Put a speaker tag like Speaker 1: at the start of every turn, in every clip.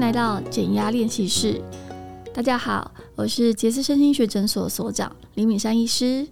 Speaker 1: 来到减压练习室。大家好，我是杰斯身心学诊所所长李敏山医师。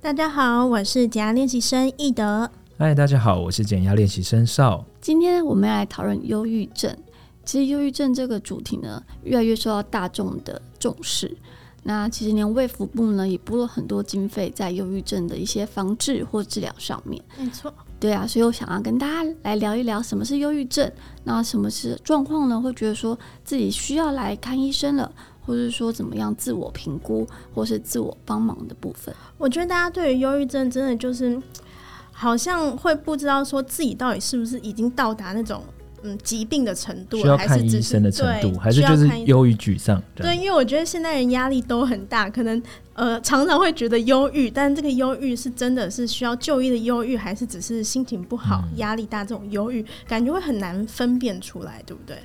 Speaker 2: 大家好，我是减压练习生易德。
Speaker 3: 嗨，大家好，我是减压练习生少。
Speaker 1: 今天我们要来讨论忧郁症。其实忧郁症这个主题呢，越来越受到大众的重视。那其实连卫福部呢，也拨了很多经费在忧郁症的一些防治或治疗上面。
Speaker 2: 没错，
Speaker 1: 对啊，所以我想要跟大家来聊一聊什么是忧郁症，那什么是状况呢？会觉得说自己需要来看医生了，或是说怎么样自我评估，或是自我帮忙的部分。
Speaker 2: 我觉得大家对于忧郁症真的就是，好像会不知道说自己到底是不是已经到达那种嗯疾病的程度
Speaker 3: 需
Speaker 2: 了，
Speaker 3: 要
Speaker 2: 还
Speaker 3: 看
Speaker 2: 是
Speaker 3: 医
Speaker 2: 只
Speaker 3: 生的程度，
Speaker 2: 对
Speaker 3: 还是
Speaker 2: 需要
Speaker 3: 就是
Speaker 2: 看医
Speaker 3: 忧郁沮丧？这
Speaker 2: 对，
Speaker 3: 样
Speaker 2: 因为我觉得现代人压力都很大，可能呃常常会觉得忧郁，但这个忧郁是真的是需要就医的忧郁，还是只是心情不好、
Speaker 3: 嗯
Speaker 2: 压力大这种忧郁，感觉会很难分辨出来，对不对？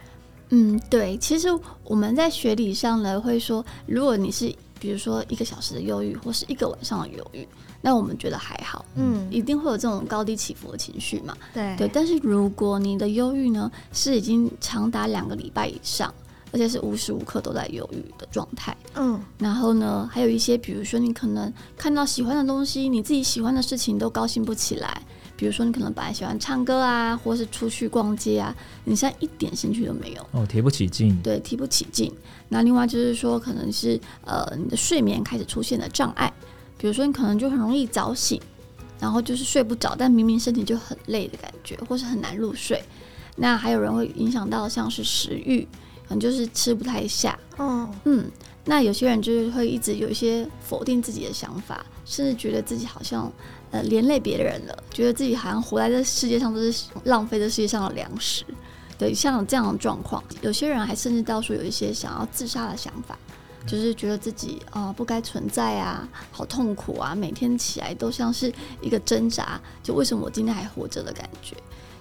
Speaker 1: 嗯，对，其实我们在学理上呢，会说，如果你是比如说一个小时的忧郁，或是一个晚上的忧郁，那我们觉得还好，
Speaker 2: 嗯，
Speaker 1: 一定会有这种高低起伏的情绪嘛。
Speaker 2: 对
Speaker 1: 对，但是如果你的忧郁呢是已经长达两个礼拜以上，而且是无时无刻都在忧郁的状态，
Speaker 2: 嗯，
Speaker 1: 然后呢，还有一些比如说你可能看到喜欢的东西，你自己喜欢的事情都高兴不起来，比如说你可能本来喜欢唱歌啊，或是出去逛街啊，你现在一点兴趣都没有。
Speaker 3: 哦，提不起劲。
Speaker 1: 对，提不起劲。那另外就是说，可能是呃你的睡眠开始出现了障碍，比如说你可能就很容易早醒，然后就是睡不着，但明明身体就很累的感觉，或是很难入睡。那还有人会影响到像是食欲，可能就是吃不太下。
Speaker 2: 哦，
Speaker 1: 嗯，那有些人就是会一直有一些否定自己的想法，甚至觉得自己好像呃连累别人了，觉得自己好像活在这世界上都是浪费这世界上的粮食。对，像有这样的状况，有些人还甚至到处有一些想要自杀的想法，就是觉得自己啊、呃不该存在啊，好痛苦啊，每天起来都像是一个挣扎，就为什么我啊今天还活着的感觉。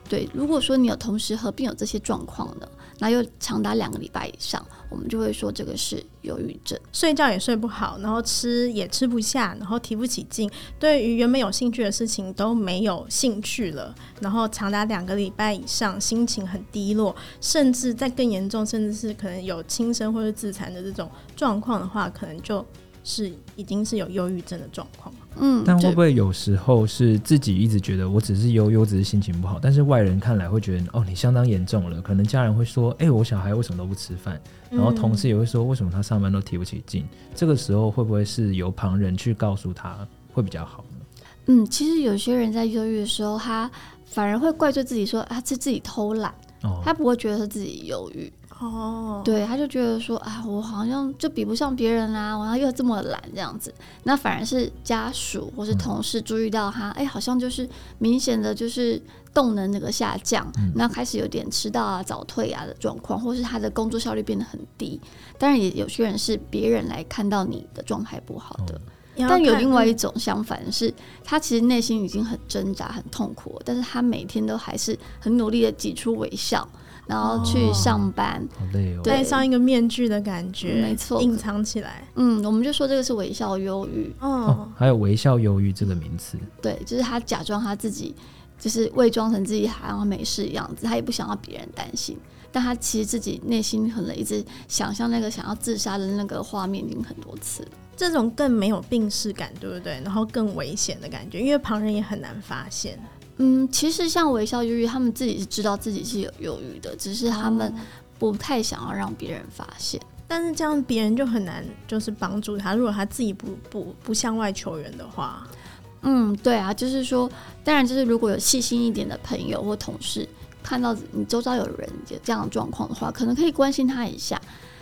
Speaker 1: 对，如果说你有同时合并有这些状况呢，那又长达两个礼拜以上，我们就会说这个是忧郁症。
Speaker 2: 睡觉也睡不好，然后吃也吃不下，然后提不起劲，对于原本有兴趣的事情都没有兴趣了，然后长达两个礼拜以上，心情很低落，甚至再更严重，甚至是可能有轻生或者自残的这种状况的话，可能就是已经是有忧郁症的状况了。
Speaker 1: 嗯，
Speaker 3: 但
Speaker 1: 对
Speaker 3: 会不会有时候是自己一直觉得我只是忧忧，只是心情不好，但是外人看来会觉得哦，你相当严重了。可能家人会说，哎、我小孩为什么都不吃饭？然后同
Speaker 2: 嗯
Speaker 1: 嗯
Speaker 3: 事也会说，为什么他上班都提不起劲？这个时候会不会是由旁人去告诉他会比较好呢？
Speaker 1: 嗯，其实有些人在忧郁的时候，他反而会怪罪自己说啊是自己偷懒，
Speaker 3: 哦，
Speaker 1: 他不会觉得是自己忧郁，
Speaker 2: 哦，
Speaker 1: 对，他就觉得说啊我好像就比不上别人啊，然后又这么懒这样子。那反而是家属或是
Speaker 3: 嗯
Speaker 1: 同事注意到他，哎、好像就是明显的就是动能那个下降，
Speaker 3: 嗯
Speaker 1: 那开始有点迟到啊、早退啊的状况，或是他的工作效率变得很低。当然也有些人是别人来看到你的状态不好的。
Speaker 3: 哦
Speaker 2: 要
Speaker 1: 但有
Speaker 2: 看嗯
Speaker 1: 另外一种相反的是，他其实内心已经很挣扎、很痛苦了，但是他每天都还是很努力的挤出微笑，然后去
Speaker 2: 哦
Speaker 1: 上班。
Speaker 3: 好累哦。
Speaker 1: 对
Speaker 2: 戴上一个面具的感觉，
Speaker 1: 没错
Speaker 2: 隐藏起来。
Speaker 1: 嗯，我们就说这个是微笑忧郁，
Speaker 3: 哦
Speaker 2: 哦，，
Speaker 3: 还有微笑忧郁这个名词，
Speaker 1: 对，就是他假装他自己，就是伪装成自己好像没事一样子，他也不想让别人担心，但他其实自己内心可能一直想象那个想要自杀的那个画面已经很多次了。
Speaker 2: 这种更没有病视感，对不对？然后更危险的感觉，因为旁人也很难发现。
Speaker 1: 嗯，其实像微笑忧郁，他们自己是知道自己是有忧郁的，只是他
Speaker 2: 嗯哦
Speaker 1: 们不太想要让别人发现。
Speaker 2: 但是这样别人就很难就是帮助他，如果他自己不不不向外求援的话，
Speaker 1: 嗯，对啊，就是说，当然就是如果有细心一点的朋友或同事看到你周遭有人有这样的状况的话，可能可以关心他一下。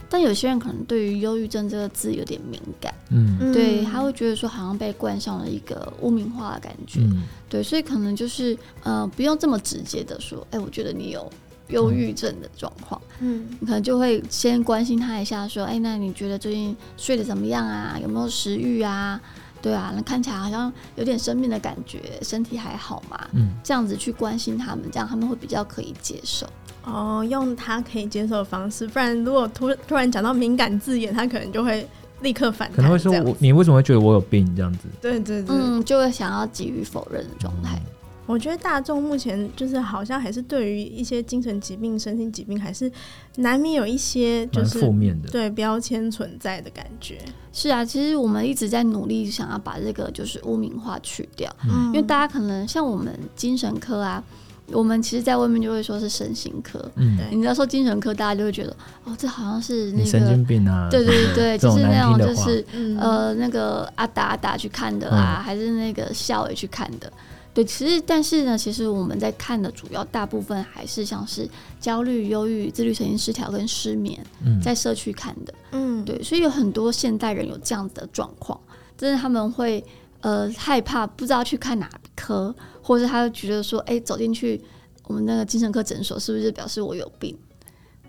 Speaker 1: 但有些人可能对于忧郁症这个字有点敏感，
Speaker 3: 嗯
Speaker 1: 对他会觉得说好像被冠上了一个污名化的感觉，
Speaker 3: 嗯，
Speaker 1: 对，所以可能就是呃不用这么直接的说，哎，我觉得你有忧郁症的状况，
Speaker 2: 嗯
Speaker 1: 你可能就会先关心他一下，说，哎，那你觉得最近睡得怎么样啊？有没有食欲啊？对啊，那看起来好像有点生病的感觉，身体还好吗？
Speaker 3: 嗯，
Speaker 1: 这样子去关心他们，这样他们会比较可以接受。
Speaker 2: 哦，用他可以接受的方式，不然如果突突然讲到敏感字眼，他可能就会立刻反弹，
Speaker 3: 可能会说
Speaker 2: 这样
Speaker 3: 我你为什么会觉得我有病这样子？
Speaker 1: 嗯
Speaker 2: 对对对，
Speaker 1: 嗯，就会想要急于否认的状态。
Speaker 2: 我觉得大众目前就是好像还是对于一些精神疾病、身心疾病，还是难免有一些就
Speaker 3: 蛮
Speaker 2: 是
Speaker 3: 负面的。
Speaker 2: 对标签存在的感觉。
Speaker 1: 是啊，其实我们一直在努力想要把这个就是污名化去掉，
Speaker 2: 嗯，
Speaker 1: 因为大家可能像我们精神科啊，我们其实在外面就会说是身心科，
Speaker 3: 嗯，
Speaker 2: 对
Speaker 1: 你要说精神科，大家就会觉得哦，这好像是那
Speaker 3: 你神
Speaker 1: 个
Speaker 3: 经病啊，
Speaker 1: 对对 对，
Speaker 3: 这
Speaker 1: 就
Speaker 3: 种
Speaker 1: 是那
Speaker 3: 难
Speaker 1: 样，
Speaker 3: 听的
Speaker 1: 就
Speaker 3: 话嗯
Speaker 1: 是
Speaker 2: 嗯
Speaker 1: 呃，那个阿达阿达去看的啊，还是那个夏伟去看的。对，其实但是呢，其实我们在看的主要大部分还是像是焦虑、忧郁、自律神经失调跟失眠，
Speaker 3: 嗯，
Speaker 1: 在社区看的。
Speaker 2: 嗯，
Speaker 1: 对，所以有很多现代人有这样子的状况，真的他们会呃害怕，不知道去看哪科，或者是他觉得说，哎、走进去我们那个精神科诊所，是不是表示我有病？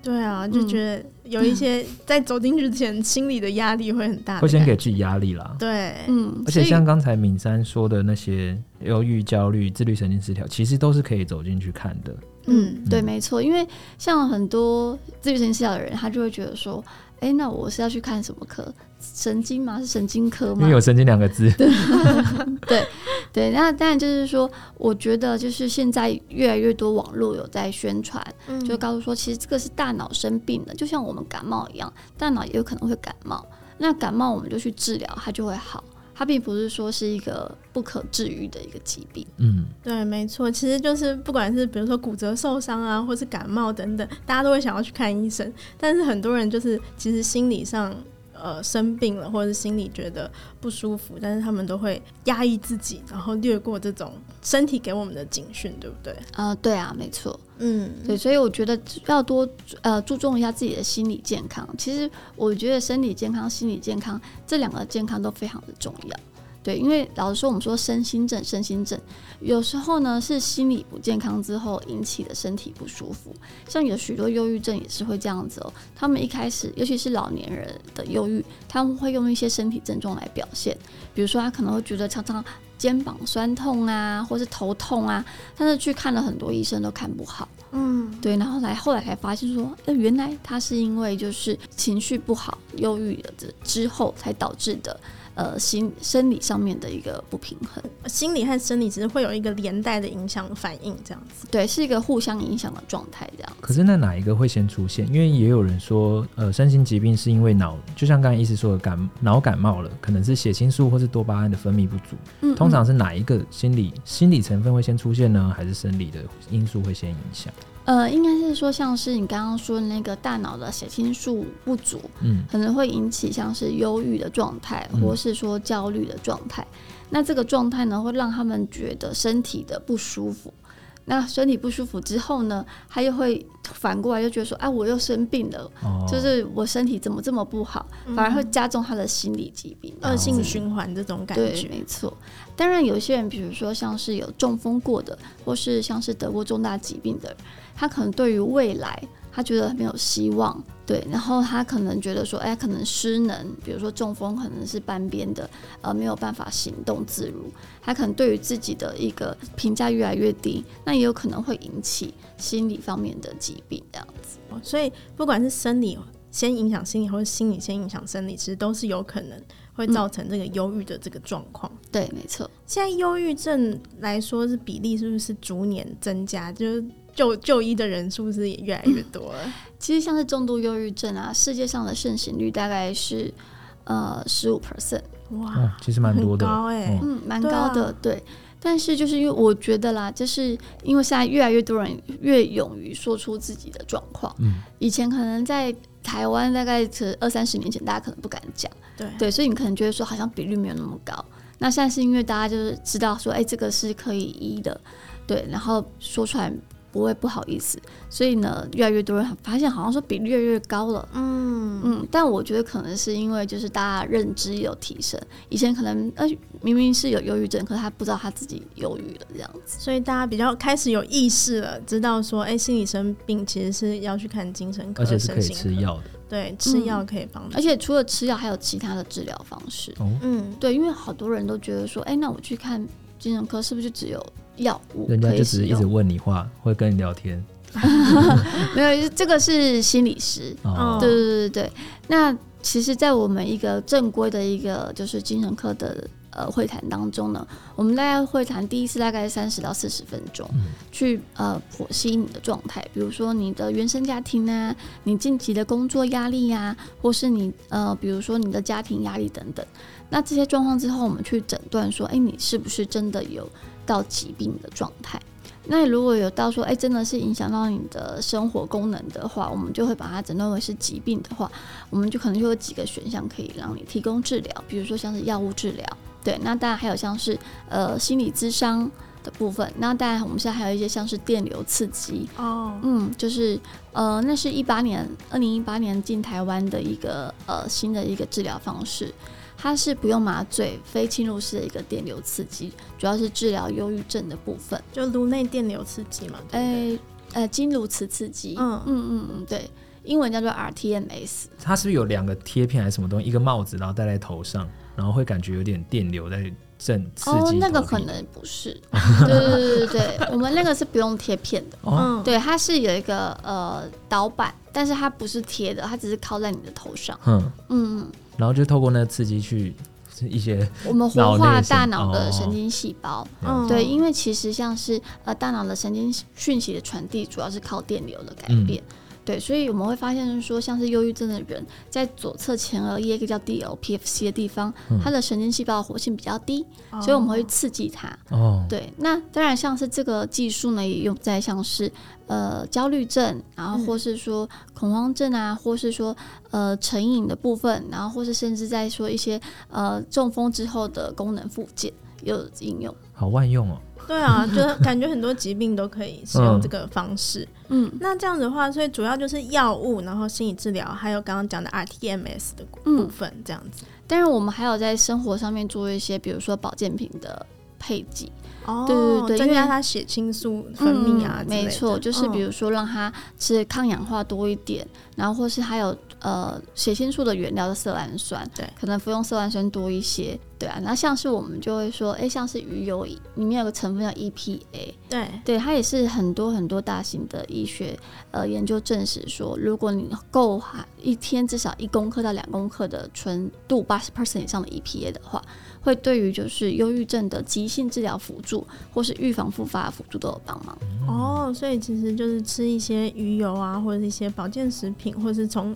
Speaker 2: 对啊，就觉得有一 些在走进去之前，心理的压力会很大的感觉，
Speaker 3: 会先给自己压力啦。
Speaker 2: 对，
Speaker 1: 嗯，
Speaker 3: 而且
Speaker 1: 啊所以
Speaker 3: 像刚才敏珊说的那些忧郁、焦虑、自律神经失调，其实都是可以走进去看的。
Speaker 1: 嗯
Speaker 2: 嗯，
Speaker 1: 对，
Speaker 3: 嗯
Speaker 1: 没错，因为像很多自律神经失调的人，他就会觉得说，哎、那我是要去看什么科？神经吗？是神经科
Speaker 3: 因
Speaker 1: 吗
Speaker 3: 为？有神经两个字，
Speaker 1: 对，那当然就是说，我觉得就是现在越来越多网络有在宣传，
Speaker 2: 嗯
Speaker 1: 就告诉说，其实这个是大脑生病的，就像我们感冒一样，大脑也有可能会感冒。那感冒我们就去治疗，它就会好，它并不是说是一个不可治愈的一个疾病。
Speaker 3: 嗯，
Speaker 2: 对，没错，其实就是不管是比如说骨折受伤啊，或是感冒等等，大家都会想要去看医生。但是很多人就是其实心理上呃生病了，或者是心里觉得不舒服，但是他们都会压抑自己，然后略过这种身体给我们的警讯，对不对？
Speaker 1: 呃，对啊，没错，
Speaker 2: 嗯，
Speaker 1: 对，所以我觉得要多呃注重一下自己的心理健康。其实我觉得身体健康、心理健康这两个健康都非常的重要。对，因为老实说，我们说身心症、身心症，有时候呢是心理不健康之后引起的身体不舒服。像有许多忧郁症也是会这样子哦，他们一开始，尤其是老年人的忧郁，他们会用一些身体症状来表现，比如说他可能会觉得常常肩膀酸痛啊，或是头痛啊，但是去看了很多医生都看不好。
Speaker 2: 嗯，
Speaker 1: 对，然后来后来才发现说，呃，原来他是因为就是情绪不好、忧郁了之之后才导致的，呃，心生理上面的一个不平衡，
Speaker 2: 心理和生理其实会有一个连带的影响反应，这样子。
Speaker 1: 对，是一个互相影响的状态，这样。
Speaker 3: 可是那哪一个会先出现？因为也有人说，呃，身心疾病是因为脑，就像刚才医师说的感脑感冒了，可能是血清素或是多巴胺的分泌不足。
Speaker 1: 嗯
Speaker 3: 通常是哪一个心理心理成分会先出现呢？还是生理的因素会先影响？
Speaker 1: 嗯呃，应该是说像是你刚刚说的那个大脑的血清素不足，
Speaker 3: 嗯
Speaker 1: 可能会引起像是忧郁的状态，
Speaker 3: 嗯
Speaker 1: 或是说焦虑的状态。那这个状态呢，会让他们觉得身体的不舒服。那身体不舒服之后呢，他又会反过来就觉得说，哎、我又生病了，
Speaker 3: 哦，
Speaker 1: 就是我身体怎么这么不好，反而会加重他的心理疾病。
Speaker 2: 恶性循环这种感
Speaker 1: 对，
Speaker 2: 觉。
Speaker 1: 没错。当然，有些人，比如说像是有中风过的，或是像是得过重大疾病的人，他可能对于未来他觉得没有希望，对，然后他可能觉得说，哎，可能失能，比如说中风可能是半边的，呃，没有办法行动自如，他可能对于自己的一个评价越来越低，那也有可能会引起心理方面的疾病这样。
Speaker 2: 哦所以不管是生理先影响心理，或是心理先影响生理，其实都是有可能
Speaker 1: 嗯
Speaker 2: 会造成这个忧郁的这个状况。
Speaker 1: 对，没错。
Speaker 2: 现在忧郁症来说是比例是不是逐年增加？就是就就医的人数是也越来越多了。
Speaker 1: 其实像是重度忧郁症啊，世界上的盛行率大概是呃十五 percent。
Speaker 3: 哦
Speaker 2: 哇，，
Speaker 3: 其实蛮多的，
Speaker 2: 很高欸
Speaker 3: 嗯
Speaker 1: 嗯，蛮
Speaker 2: 对
Speaker 1: 啊高
Speaker 2: 啊
Speaker 1: 的，对。但是就是因为我觉得啦，就是因为现在越来越多人越勇于说出自己的状况，
Speaker 3: 嗯，
Speaker 1: 以前可能在台湾大概是二三十年前，大家可能不敢讲，
Speaker 2: 对
Speaker 1: 对，所以你可能觉得说好像比率没有那么高。那现在是因为大家就是知道说，哎、这个是可以医的，对，然后说出来不会不好意思，所以呢，越来越多人发现好像说比率越来越高了。
Speaker 2: 嗯，
Speaker 1: 嗯，但我觉得可能是因为就是大家认知有提升，以前可能呃明明是有忧郁症，可是他不知道他自己忧郁了这样子。
Speaker 2: 所以大家比较开始有意识了，知道说，哎、心理生病其实是要去看精神科，
Speaker 3: 而且是可以
Speaker 2: 身心
Speaker 3: 吃
Speaker 2: 科，
Speaker 3: 药的
Speaker 2: 对，吃药可以帮
Speaker 1: 嗯
Speaker 2: 助。
Speaker 1: 而且除了吃药，还有其他的治疗方式。
Speaker 3: 哦。
Speaker 2: 嗯，
Speaker 1: 对，因为好多人都觉得说，哎、那我去看精神科是不是就只有药物
Speaker 3: 人家
Speaker 1: 可以
Speaker 3: 就只
Speaker 1: 使
Speaker 3: 是一直
Speaker 1: 用？
Speaker 3: 问你话，会跟你聊天。
Speaker 1: 没有，这个是心理师。
Speaker 3: 哦，
Speaker 1: 对对对对对。那其实，在我们一个正规的一个就是精神科的呃会谈当中呢，我们大概会谈第一次大概三十到四十分钟，去呃剖析你的状态，比如说你的原生家庭啊，你近期的工作压力呀、或是你呃比如说你的家庭压力等等。那这些状况之后，我们去诊断说，哎、你是不是真的有到疾病的状态？那如果有到说，哎、真的是影响到你的生活功能的话，我们就会把它诊断为是疾病的话，我们就可能就有几个选项可以让你提供治疗，比如说像是药物治疗，对，那当然还有像是呃心理咨商的部分，那当然我们现在还有一些像是电流刺激，
Speaker 2: 哦，
Speaker 1: 嗯，就是呃，那是一八年，二零一八年进台湾的一个呃新的一个治疗方式，它是不用麻醉、非侵入式的一个电流刺激，主要是治疗忧郁症的部分。
Speaker 2: 就颅内电流刺激嘛，对不对？
Speaker 1: 诶，呃，经颅磁刺激，
Speaker 2: 嗯
Speaker 1: 嗯嗯嗯，对，英文叫做 RTMS，
Speaker 3: 它是不是有两个贴片还是什么东西？一个帽子，然后戴在头上，然后会感觉有点电流在震刺激头
Speaker 1: 哦
Speaker 3: 皮。，
Speaker 1: 那个可能不 是，对对对对对，我们那个是不用贴片的，
Speaker 3: 哦，
Speaker 2: 嗯，
Speaker 1: 对，它是有一个呃导板，但是它不是贴的，它只是靠在你的头上，
Speaker 3: 嗯，
Speaker 1: 嗯嗯。
Speaker 3: 然后就透过那个刺激去一些
Speaker 1: 我们活化大脑的神经细胞。
Speaker 2: 嗯
Speaker 1: 对，因为其实像是呃大脑的神经讯息的传递，主要是靠电流的改变。对，所以我们会发现说，像是忧郁症的人，在左侧前额叶一个叫 DLPFC 的地方，它的神经细胞活性比较低，
Speaker 2: 哦
Speaker 1: 所以我们会刺激它。
Speaker 3: 哦，
Speaker 1: 对，那当然像是这个技术呢，也用在像是呃焦虑症，然后或是说恐慌症啊，或是说呃成瘾的部分，然后或是甚至在说一些呃中风之后的功能复健也有应用。
Speaker 3: 好万用哦。
Speaker 2: 对啊，就是感觉很多疾病都可以使用这个方式。
Speaker 1: 嗯
Speaker 2: 那这样子的话，所以主要就是药物，然后心理治疗，还有刚刚讲的 RTMS 的部
Speaker 1: 嗯，
Speaker 2: 分，这样子。
Speaker 1: 当然我们还有在生活上面做一些，比如说保健品的配给，
Speaker 2: 哦
Speaker 1: 嗯对对对
Speaker 2: 增
Speaker 1: 因
Speaker 2: 加
Speaker 1: 为
Speaker 2: 他血清素分泌啊
Speaker 1: 嗯
Speaker 2: 之类的，
Speaker 1: 没错，就是比
Speaker 2: 嗯
Speaker 1: 如说让他吃抗氧化多一点，然后或是还有呃血清素的原料的色氨酸，
Speaker 2: 对
Speaker 1: 可能服用色氨酸多一些，对啊。那像是我们就会说，哎，像是鱼油里面有个成分叫 E EPA，
Speaker 2: 对，
Speaker 1: 对，它也是很多很多大型的医学呃研究证实说，如果你够含一天至少一公克到两公克的纯度八十 percent 以上的 EPA 的话，会对于就是忧郁症的急性治疗辅助或是预防复发的辅助都有帮忙。
Speaker 2: 哦，所以其实就是吃一些鱼油啊，或者是一些保健食品，或者是从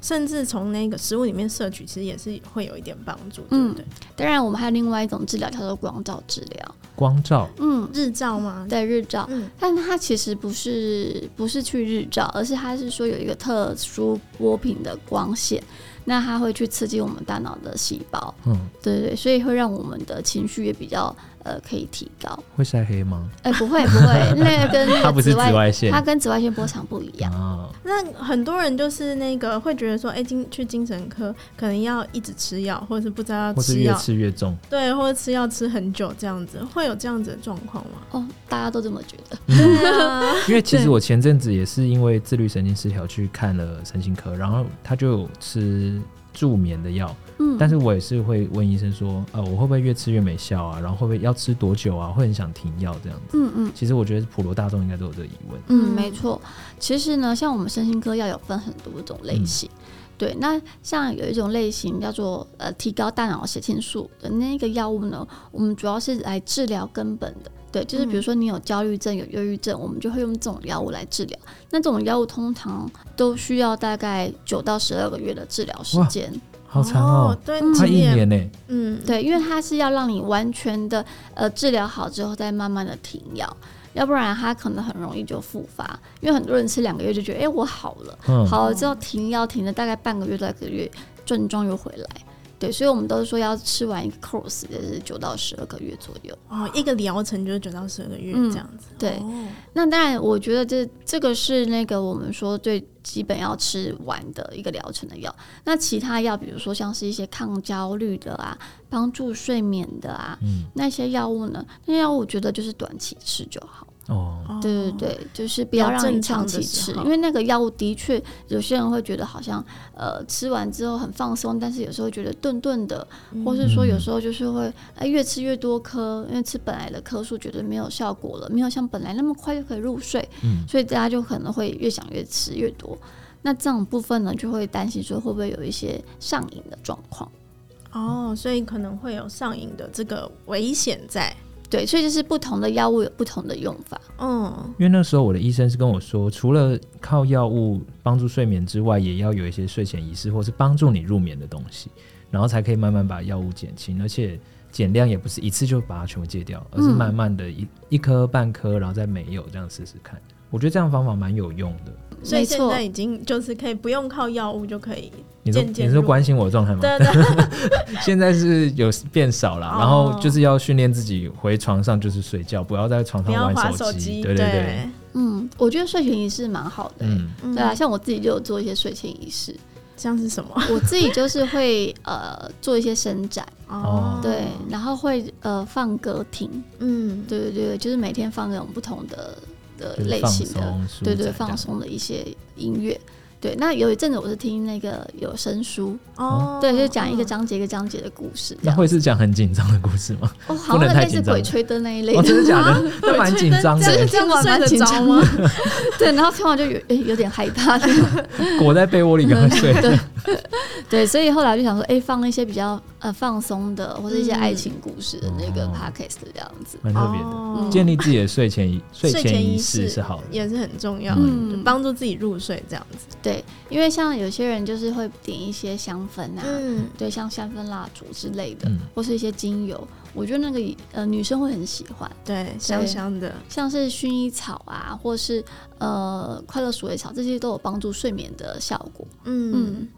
Speaker 2: 甚至从那个食物里面摄取，其实也是会有一点帮助，对不
Speaker 1: 嗯
Speaker 2: 对？
Speaker 1: 当然，我们还有另外一种治疗叫做光照治疗，
Speaker 3: 光照
Speaker 1: 嗯，
Speaker 2: 日照吗？
Speaker 1: 对日照，
Speaker 2: 嗯
Speaker 1: 但它其实不是不是去日照，而是它是说有一个特殊波频的光线，那它会去刺激我们大脑的细胞，
Speaker 3: 嗯，
Speaker 1: 对对对，所以会让我们的情绪也比较呃可以提高。
Speaker 3: 会晒黑吗？
Speaker 1: 哎、不会不会，那个跟那
Speaker 3: 它不
Speaker 1: 个
Speaker 3: 是
Speaker 1: 紫
Speaker 3: 紫
Speaker 1: 外，
Speaker 3: 外线
Speaker 1: 它跟紫外线波长不一样。
Speaker 3: 啊，
Speaker 2: 那很多人就是那个会觉得说，哎、精去精神科可能要一直吃药，或者是不知道要
Speaker 3: 或是
Speaker 2: 吃
Speaker 3: 越
Speaker 2: 药，
Speaker 3: 吃越重。
Speaker 2: 对，或者吃药吃很久这样子，会有这样子的状况吗？
Speaker 3: 嗯
Speaker 1: 哦，大家都这么觉得。
Speaker 2: 对啊，
Speaker 3: 因为其实
Speaker 2: 对
Speaker 3: 我前阵子也是因为自律神经失调去看了神经科，然后他就有吃助眠的药，
Speaker 1: 嗯，
Speaker 3: 但是我也是会问医生说，呃，我会不会越吃越没效啊？然后会不会要吃多久啊？会很想停药这样子。
Speaker 1: 嗯嗯。
Speaker 3: 其实我觉得普罗大众应该都有这个疑问。
Speaker 1: 嗯，
Speaker 2: 嗯
Speaker 1: 没错。其实呢，像我们身心科药有分很多种类型。对，那像有一种类型叫做呃提高大脑血清素的那个药物呢，我们主要是来治疗根本的。对，就是比如说你有焦虑症、有忧郁症，我们就会用这种药物来治疗。那这种药物通常都需要大概九到十二个月的治疗时
Speaker 3: 哇
Speaker 1: 间。
Speaker 3: 好长哦，
Speaker 2: 对，
Speaker 1: 嗯
Speaker 3: 快
Speaker 2: 其实
Speaker 3: 一
Speaker 2: 也，
Speaker 3: 年呢、
Speaker 2: 嗯，
Speaker 1: 对，因为它是要让你完全的呃治疗好之后，再慢慢的停药，要不然它可能很容易就复发。因为很多人吃两个月就觉得，哎、我好了，
Speaker 3: 嗯，
Speaker 1: 好了之后停药停了大概半个月到一个月，症状又回来。对，所以我们都是说要吃完一个 course，就是九到十二个月左右。
Speaker 2: 哦，一个疗程就是九到十二个月
Speaker 1: 嗯
Speaker 2: 这样子，
Speaker 1: 对
Speaker 2: 哦
Speaker 1: 那当然，我觉得这这个是那个我们说最基本要吃完的一个疗程的药。那其他药，比如说像是一些抗焦虑的啊，帮助睡眠的啊，
Speaker 3: 嗯，
Speaker 1: 那些药物呢？那些药物我觉得就是短期吃就好。
Speaker 3: 哦，
Speaker 2: 哦
Speaker 1: 对对对，就是不要
Speaker 2: 要
Speaker 1: 让你
Speaker 2: 正常
Speaker 1: 长期
Speaker 2: 的时
Speaker 1: 吃，
Speaker 2: 候
Speaker 1: 因为那个药物的确有些人会觉得好像呃吃完之后很放松，但是有时候觉得顿顿的，
Speaker 2: 嗯
Speaker 1: 或是说有时候就是会哎、越吃越多颗，因为吃本来的颗数觉得没有效果了，没有像本来那么快就可以入睡，
Speaker 3: 嗯
Speaker 1: 所以大家就可能会越想越吃越多。那这种部分呢，就会担心说会不会有一些上瘾的状况。
Speaker 2: 哦，所以可能会有上瘾的这个危险在。
Speaker 1: 对，所以就是不同的药物有不同的用法。
Speaker 2: 嗯，
Speaker 3: 因为那时候我的医生是跟我说，除了靠药物帮助睡眠之外，也要有一些睡前仪式，或是帮助你入眠的东西，然后才可以慢慢把药物减轻，而且减量也不是一次就把它全部戒掉，
Speaker 2: 嗯
Speaker 3: 而是慢慢的一、一颗半颗，然后再没有这样试试看。我觉得这样方法蛮有用的。
Speaker 2: 所以
Speaker 1: 没
Speaker 2: 现
Speaker 1: 错
Speaker 2: 在，已经就是可以不用靠药物就可以。
Speaker 3: 你说
Speaker 2: 渐渐
Speaker 3: 你说
Speaker 2: 入
Speaker 3: 关心我的状态吗？
Speaker 2: 对对，
Speaker 3: 现在是有变少了，
Speaker 2: 哦
Speaker 3: 然后就是要训练自己回床上就是睡觉，不要在 床
Speaker 2: 不
Speaker 3: 上
Speaker 2: 要划
Speaker 3: 玩
Speaker 2: 手
Speaker 3: 机。
Speaker 2: 机。
Speaker 3: 对对，
Speaker 1: 嗯，我觉得睡前仪式蛮好的、
Speaker 3: 嗯，
Speaker 2: 嗯
Speaker 1: 对啊，，像我自己就有做一些睡前仪 式，
Speaker 2: 像是什么？
Speaker 1: 我自己就是会呃做一些伸展，
Speaker 2: 哦
Speaker 3: 哦
Speaker 1: 对，然后会呃放歌听，
Speaker 2: 嗯，
Speaker 1: 对对对，就是每天放那种不同的的
Speaker 3: 就是
Speaker 1: 类
Speaker 3: 放
Speaker 1: 型的，
Speaker 3: 松，舒
Speaker 1: 对
Speaker 3: 展这
Speaker 1: 对，
Speaker 3: 样
Speaker 1: 放。松的一些音乐。对，那有一阵子我是听那个有声书，
Speaker 2: 哦，
Speaker 1: 对，就讲一个
Speaker 2: 嗯
Speaker 1: 章节一个章节的故事，这
Speaker 3: 那
Speaker 1: 样。
Speaker 3: 会是讲很紧张的故事 吗？
Speaker 1: 哦，好
Speaker 3: 不能
Speaker 1: 像
Speaker 3: 太
Speaker 1: 类似
Speaker 3: 紧张
Speaker 1: 鬼吹灯那一类
Speaker 3: 哦，
Speaker 1: 的，
Speaker 3: 真的假的？那蛮紧张
Speaker 1: 对
Speaker 2: 这样
Speaker 3: 的，
Speaker 2: 这样
Speaker 1: 今晚
Speaker 2: 睡
Speaker 1: 蛮
Speaker 2: 得
Speaker 1: 紧
Speaker 2: 着
Speaker 1: 张
Speaker 2: 吗？
Speaker 1: 对，然后听完就有诶、有点害 怕，
Speaker 3: 裹在被窝里赶快 睡。
Speaker 1: 对对，所以后来就想说，哎、放一些比较呃放松的，或者一些爱情故事的那个
Speaker 3: 嗯
Speaker 1: podcast 这样子。
Speaker 3: 蛮特别的。
Speaker 2: 哦
Speaker 3: 建立自己的睡前仪睡
Speaker 2: 睡
Speaker 3: 前
Speaker 2: 前
Speaker 3: 仪
Speaker 2: 仪
Speaker 3: 式
Speaker 2: 式
Speaker 3: 是好的，
Speaker 2: 也是很重要，
Speaker 3: 嗯
Speaker 2: 就帮助自己入睡这样子。
Speaker 1: 对，因为像有些人就是会点一些香氛啊，
Speaker 2: 嗯，
Speaker 1: 对，像香氛蜡烛之类的，
Speaker 3: 嗯，
Speaker 1: 或是一些精油，我觉得那个也呃女生会很喜欢，
Speaker 2: 对，香香的，
Speaker 1: 像是薰衣草啊，或是呃快乐鼠尾草，这些都有帮助睡眠的效果。
Speaker 2: 嗯
Speaker 1: 嗯。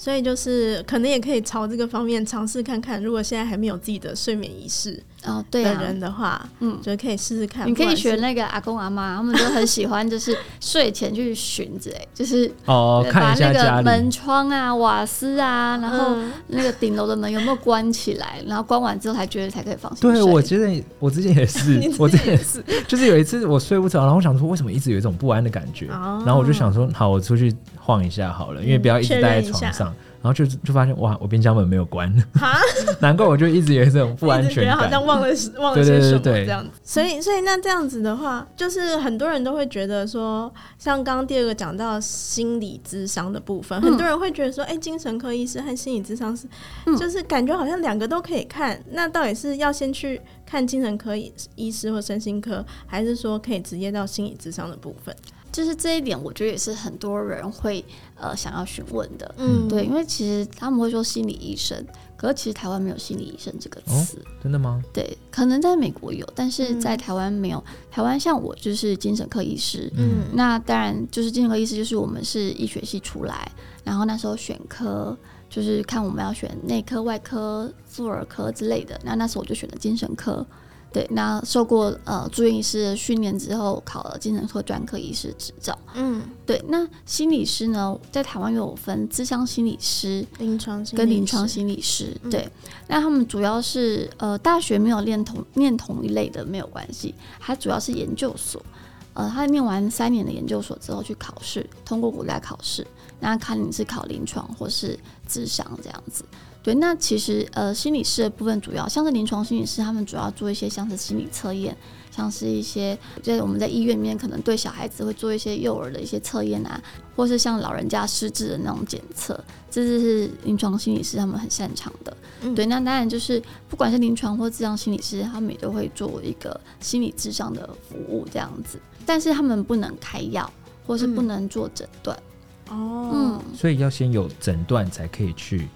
Speaker 2: 所以就是可能也可以朝这个方面尝试看看，如果现在还没有自己的睡眠仪式
Speaker 1: 哦、对
Speaker 2: 的
Speaker 1: 啊，
Speaker 2: 人的话，
Speaker 1: 嗯。
Speaker 2: 就可以试试看。
Speaker 1: 你可
Speaker 2: 不
Speaker 1: 以
Speaker 2: 管是
Speaker 1: 学那个阿公阿妈，他们就很喜欢，就是睡前去寻之，哎，就是
Speaker 3: 哦，看
Speaker 1: 把
Speaker 3: 一下
Speaker 1: 那
Speaker 3: 家
Speaker 1: 个门
Speaker 3: 里，
Speaker 1: 窗啊、瓦斯啊，然后
Speaker 2: 嗯
Speaker 1: 那个顶楼的门有没有关起来，然后关完之后才觉得才可以放心睡。
Speaker 3: 对我觉得我之前也 是
Speaker 2: 你，
Speaker 3: 我之
Speaker 2: 自己
Speaker 3: 前也是，就是有一次我睡不着，然后我想说为什么一直有一种不安的感觉，
Speaker 2: 哦嗯
Speaker 3: 然后我就想说好，我出去晃一下好了，因为不要一直
Speaker 2: 确
Speaker 3: 待在
Speaker 2: 认一
Speaker 3: 床
Speaker 2: 下
Speaker 3: 上，然后就就发现哇，我冰箱门没有关，
Speaker 2: 哈，
Speaker 3: 难怪我就一直有一种不安
Speaker 2: 一直觉
Speaker 3: 全
Speaker 2: 得好
Speaker 3: 感。
Speaker 2: 像忘了忘了
Speaker 3: 对
Speaker 2: 些
Speaker 3: 对
Speaker 2: 什么
Speaker 3: 对对
Speaker 2: 这样子。所以，所以那这样子的话，就是很多人都会觉得说，像刚刚第二个讲到心理智商的部分，
Speaker 1: 嗯
Speaker 2: 很多人会觉得说，哎、精神科医师和心理智商是，
Speaker 1: 嗯
Speaker 2: 就是感觉好像两个都可以看。那到底是要先去看精神科医医师或身心科，还是说可以直接到心理智商的部分？
Speaker 1: 就是这一点，我觉得也是很多人会呃想要询问的。
Speaker 3: 嗯
Speaker 1: 对，因为其实他们会说心理医生，可是其实台湾没有心理医生这个
Speaker 3: 哦
Speaker 1: 词。
Speaker 3: 真的吗？
Speaker 1: 对，可能在美国有，但是在
Speaker 2: 嗯
Speaker 1: 台湾没有。台湾像我就是精神科医师，
Speaker 3: 嗯
Speaker 2: 嗯
Speaker 1: 那当然就是精神科医师，就是我们是医学系出来，然后那时候选科就是看我们要选内科、外科、妇儿科之类的。那那时候我就选了精神科，对，那受过呃住院医师的训练之后，考了精神科专科医师执照。
Speaker 2: 嗯，
Speaker 1: 对，那心理师呢，在台湾又有分智商心理师
Speaker 2: 临床心理
Speaker 1: 跟临床
Speaker 2: 师
Speaker 1: 心理师。
Speaker 2: 嗯
Speaker 1: 对，那他们主要是呃大学没有练同念同一类的没有关系，他主要是研究所。呃，他念完三年的研究所之后去考试，通过国家考试，那看你是考临床或是智商这样子。对，那其实呃心理师的部分主要像是临床心理师，他们主要做一些像是心理测验，像是一些就是我们在医院里面可能对小孩子会做一些幼儿的一些测验啊，或是像老人家失智的那种检测，这是临床心理师他们很擅长的。
Speaker 2: 嗯
Speaker 1: 对，那当然就是不管是临床或智商心理师，他们也都会做一个心理智商的服务这样子，但是他们不能开药，或是不
Speaker 2: 嗯
Speaker 1: 能做诊断。
Speaker 2: 哦，
Speaker 1: 嗯，
Speaker 3: 所以要先有诊断才可以去。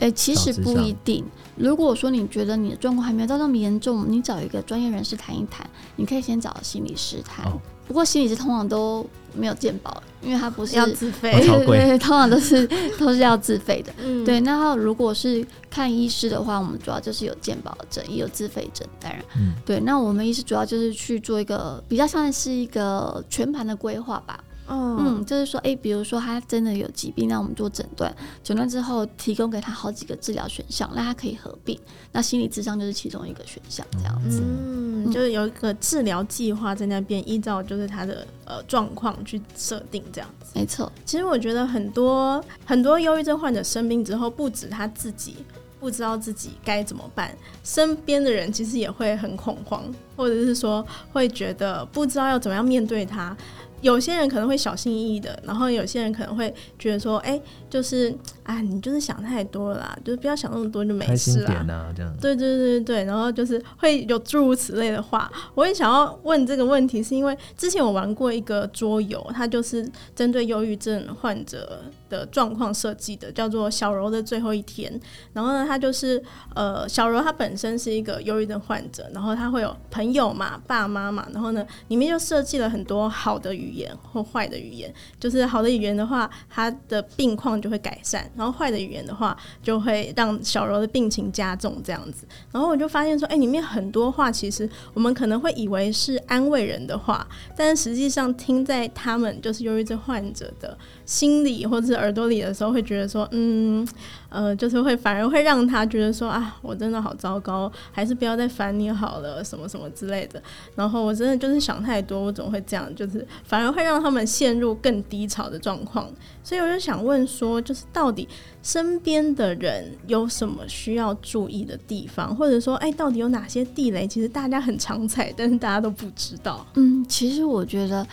Speaker 1: 诶、其实不一定。如果说你觉得你的状况还没有到那么严重，你找一个专业人士谈一谈，你可以先找心理师谈。
Speaker 3: 哦
Speaker 1: 不过心理师通常都没有健保，因为他不是
Speaker 2: 要自费
Speaker 3: 哦，超
Speaker 1: 对
Speaker 3: 贵
Speaker 1: 对对， 通常都是都是要自费的。
Speaker 2: 嗯
Speaker 1: 对，那如果是看医师的话，我们主要就是有健保诊，也有自费诊，当然，
Speaker 3: 嗯
Speaker 1: 对。那我们医师主要就是去做一个比较像是一个全盘的规划吧，
Speaker 2: 嗯
Speaker 1: 嗯，就是说，诶，比如说他真的有疾病，那我们做诊断，诊断之后提供给他好几个治疗选项，那他可以合并，那心理智商就是其中一个选项，这样子。
Speaker 2: 嗯，就是有一个治疗计划在那边，依照就是他的呃状况去设定这样子。
Speaker 1: 没错，
Speaker 2: 其实我觉得很多很多忧郁症患者生病之后，不止他自己不知道自己该怎么办，身边的人其实也会很恐慌，或者是说会觉得不知道要怎么样面对他。有些人可能会小心翼翼的，然后有些人可能会觉得说，哎、就是啊，你就是想太多了啦，就是不要想那么多就没
Speaker 3: 开心
Speaker 2: 事
Speaker 3: 一点
Speaker 2: 啦。
Speaker 3: 呐、啊，这样。
Speaker 2: 对对对对对，然后就是会有诸如此类的话。我也想要问这个问题，是因为之前我玩过一个桌游，它就是针对忧郁症患者的状况设计的，叫做《小柔的最后一天》。然后呢，它就是呃，小柔她本身是一个忧郁症患者，然后她会有朋友嘛、爸妈嘛，然后呢，里面就设计了很多好的语言或坏的语言。就是好的语言的话，她的病况就会改善；然后坏的语言的话，就会让小柔的病情加重这样子。然后我就发现说，哎、里面很多话其实我们可能会以为是安慰人的话，但是实际上听在他们就是忧郁症患者的心里或者是耳朵里的时候，会觉得说，嗯，呃，就是会反而会让他觉得说啊，我真的好糟糕，还是不要再烦你好了，什么什么之类的。然后我真的就是想太多，我怎么会这样？就是反而会让他们陷入更低潮的状况。所以我就想问说，就是到底身边的人有什么需要注意的地方，或者说，哎，到底有哪些地雷？其实大家很常踩，但是大家都不知道。
Speaker 1: 嗯，其实我觉得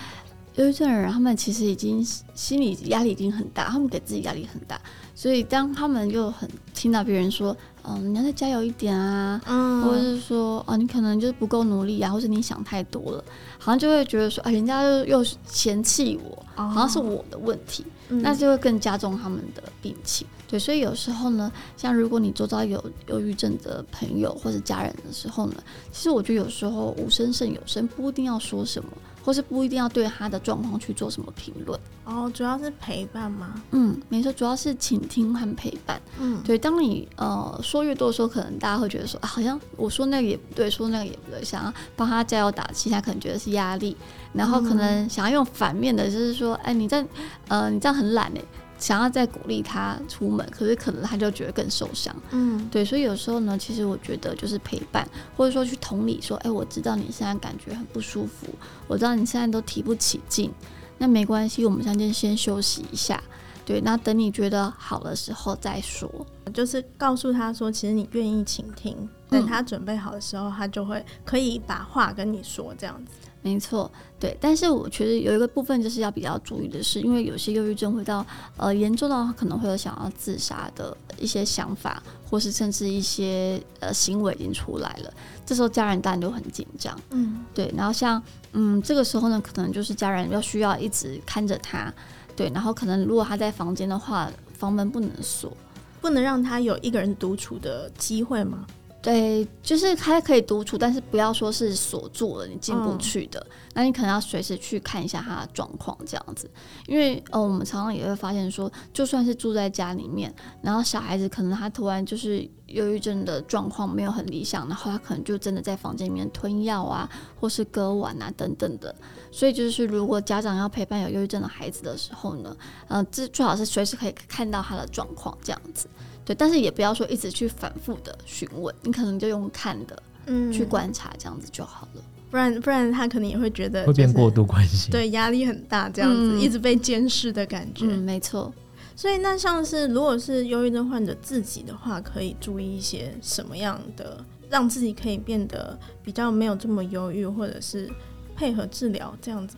Speaker 1: 忧郁症的人，他们其实已经心理压力已经很大，他们给自己压力很大，所以当他们又很听到别人说，嗯，你要再加油一点啊，或者
Speaker 2: 嗯，
Speaker 1: 是说，哦，你可能就是不够努力啊，或者你想太多了，好像就会觉得说，啊，人家又又嫌弃我，
Speaker 2: 哦
Speaker 1: 好像是我的问题，
Speaker 2: 嗯，
Speaker 1: 那就会更加重他们的病情。对，所以有时候呢，像如果你周遭有忧郁症的朋友或者家人的时候呢，其实我觉得有时候无声胜有声，不一定要说什么，或是不一定要对他的状况去做什么评论。
Speaker 2: 哦，主要是陪伴吗？
Speaker 1: 嗯，没错，主要是倾听和陪伴。
Speaker 2: 嗯，
Speaker 1: 对，当你呃说越多的时候，可能大家会觉得说，啊、好像我说那个也不对，说那个也不对，想要帮他加油打气，他可能觉得是压力，然后可能想要用反面的，就是说，哎，你在呃你这样很懒哎，想要再鼓励他出门，可是可能他就觉得更受伤。
Speaker 2: 嗯，
Speaker 1: 对，所以有时候呢，其实我觉得就是陪伴，或者说去同理，说，哎，我知道你现在感觉很不舒服，我知道你现在都提不起劲，那没关系，我们现在先休息一下，对，那等你觉得好的时候再说。
Speaker 2: 就是告诉他说，其实你愿意倾听，等他准备好的时候，他就会可以把话跟你说，这样子。
Speaker 1: 没错，对，但是我觉得有一个部分就是要比较注意的是，因为有些忧郁症会到呃严重到可能会有想要自杀的一些想法，或是甚至一些呃行为已经出来了，这时候家人当然就很紧张，
Speaker 2: 嗯，
Speaker 1: 对，然后像嗯这个时候呢，可能就是家人要需要一直看着他，对，然后可能如果他在房间的话，房门不能锁，
Speaker 2: 不能让他有一个人独处的机会吗？
Speaker 1: 对，就是它可以独处，但是不要说是锁住了，你进不
Speaker 2: 嗯
Speaker 1: 去的。那你可能要随时去看一下它的状况，这样子。因为呃，我们常常也会发现说，就算是住在家里面，然后小孩子可能他突然就是忧郁症的状况没有很理想，然后他可能就真的在房间里面吞药啊，或是割腕啊等等的。所以就是如果家长要陪伴有忧郁症的孩子的时候呢，呃，这最好是随时可以看到他的状况这样子。对，但是也不要说一直去反复的询问，你可能就用看的
Speaker 2: 嗯
Speaker 1: 去观察这样子就好了。
Speaker 2: 不然不然他可能也会觉得、
Speaker 3: 会变过
Speaker 2: 度，
Speaker 3: 度关心。，
Speaker 2: 对压力很大，这样子、
Speaker 1: 嗯
Speaker 2: 一直被监视的感觉。
Speaker 1: 嗯，没错。
Speaker 2: 所以那像是如果是忧郁症患者自己的话，可以注意一些什么样的，让自己可以变得比较没有这么忧郁，或者是配合治疗这样子。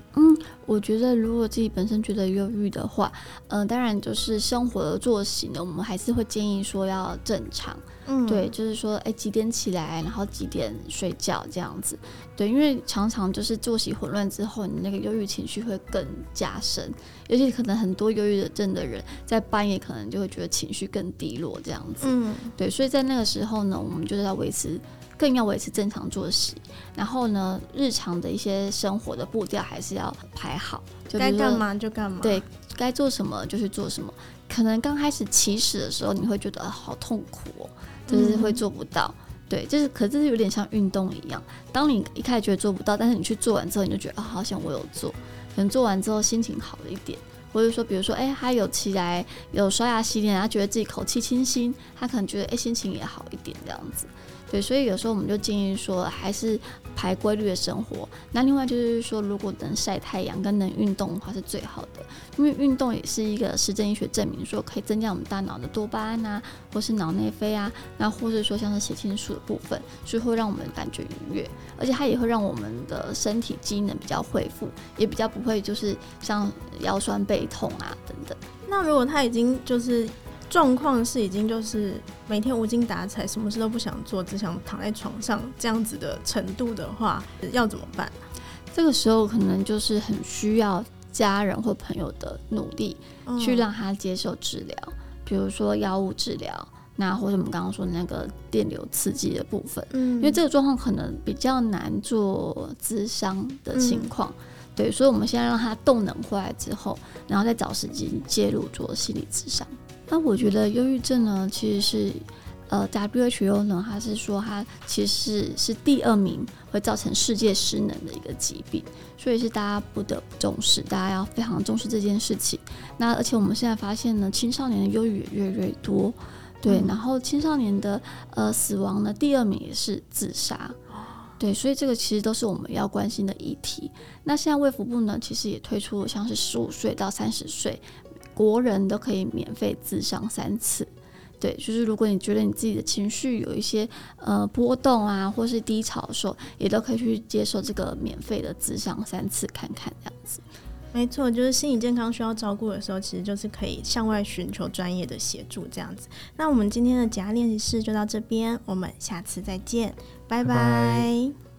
Speaker 1: 我觉得如果自己本身觉得忧郁的话，嗯、当然就是生活的作息呢，我们还是会建议说要正常。
Speaker 2: 嗯
Speaker 1: 对，，就是说，哎，几点起来，然后几点睡觉这样子。对，因为常常就是作息混乱之后，你那个忧郁情绪会更加深，尤其可能很多忧郁症的人在半夜可能就会觉得情绪更低落这样子。
Speaker 2: 嗯
Speaker 1: 对，所以在那个时候呢，我们就是要维持，更要维持正常作息，然后呢，日常的一些生活的步调还是要排好，就比
Speaker 2: 该
Speaker 1: 如说
Speaker 2: 干嘛就干嘛。
Speaker 1: 对该做什么就去做什么。可能刚开始起始的时候，你会觉得啊好痛苦哦，就是会
Speaker 2: 嗯
Speaker 1: 做不到。对，就是，可是这是有点像运动一样。当你一开始觉得做不到，但是你去做完之后，你就觉得啊、好像我有做。可能做完之后心情好了一点，或者说，比如说，哎、他有起来，有刷牙洗脸，他觉得自己口气清新，他可能觉得哎、心情也好一点这样子。对，所以有时候我们就建议说，还是排规律的生活。那另外就是说，如果能晒太阳跟能运动的话是最好的。因为运动也是一个实证医学证明说可以增加我们大脑的多巴胺啊，或是脑内啡啊，那或是说像是血清素的部分，所以会让我们感觉愉悦，而且它也会让我们的身体机能比较恢复，也比较不会就是像腰酸背痛啊等等。
Speaker 2: 那如果他已经就是状况是已经就是每天无精打采，什么事都不想做，只想躺在床上这样子的程度的话，要怎么办？
Speaker 1: 这个时候可能就是很需要家人或朋友的努力，
Speaker 2: 嗯
Speaker 1: 去让他接受治疗，比如说药物治疗，那或者我们刚刚说的那个电流刺激的部分，
Speaker 2: 嗯，
Speaker 1: 因为这个状况可能比较难做咨商的情况。对，所以我们现在让他动能回来之后，然后再找时机介入做心理咨商。那我觉得忧郁症呢，其实是呃 WHO 呢，它是说它其实是是第二名会造成世界失能的一个疾病，所以是大家不得不重视，大家要非常重视这件事情。那而且我们现在发现呢，青少年的忧郁也越来越多。对，
Speaker 2: 嗯
Speaker 1: 然后青少年的呃死亡呢，第二名也是自杀。对，所以这个其实都是我们要关心的议题。那现在卫福部呢，其实也推出了像是十五岁到三十岁国人都可以免费自伤三次。对，就是如果你觉得你自己的情绪有一些呃波动啊，或是低潮的时候，也都可以去接受这个免费的自伤三次看看这样子。
Speaker 2: 没错，就是心理健康需要照顾的时候，其实就是可以向外寻求专业的协助这样子。那我们今天的解压练习室就到这边，我们下次再见，拜拜
Speaker 3: 拜拜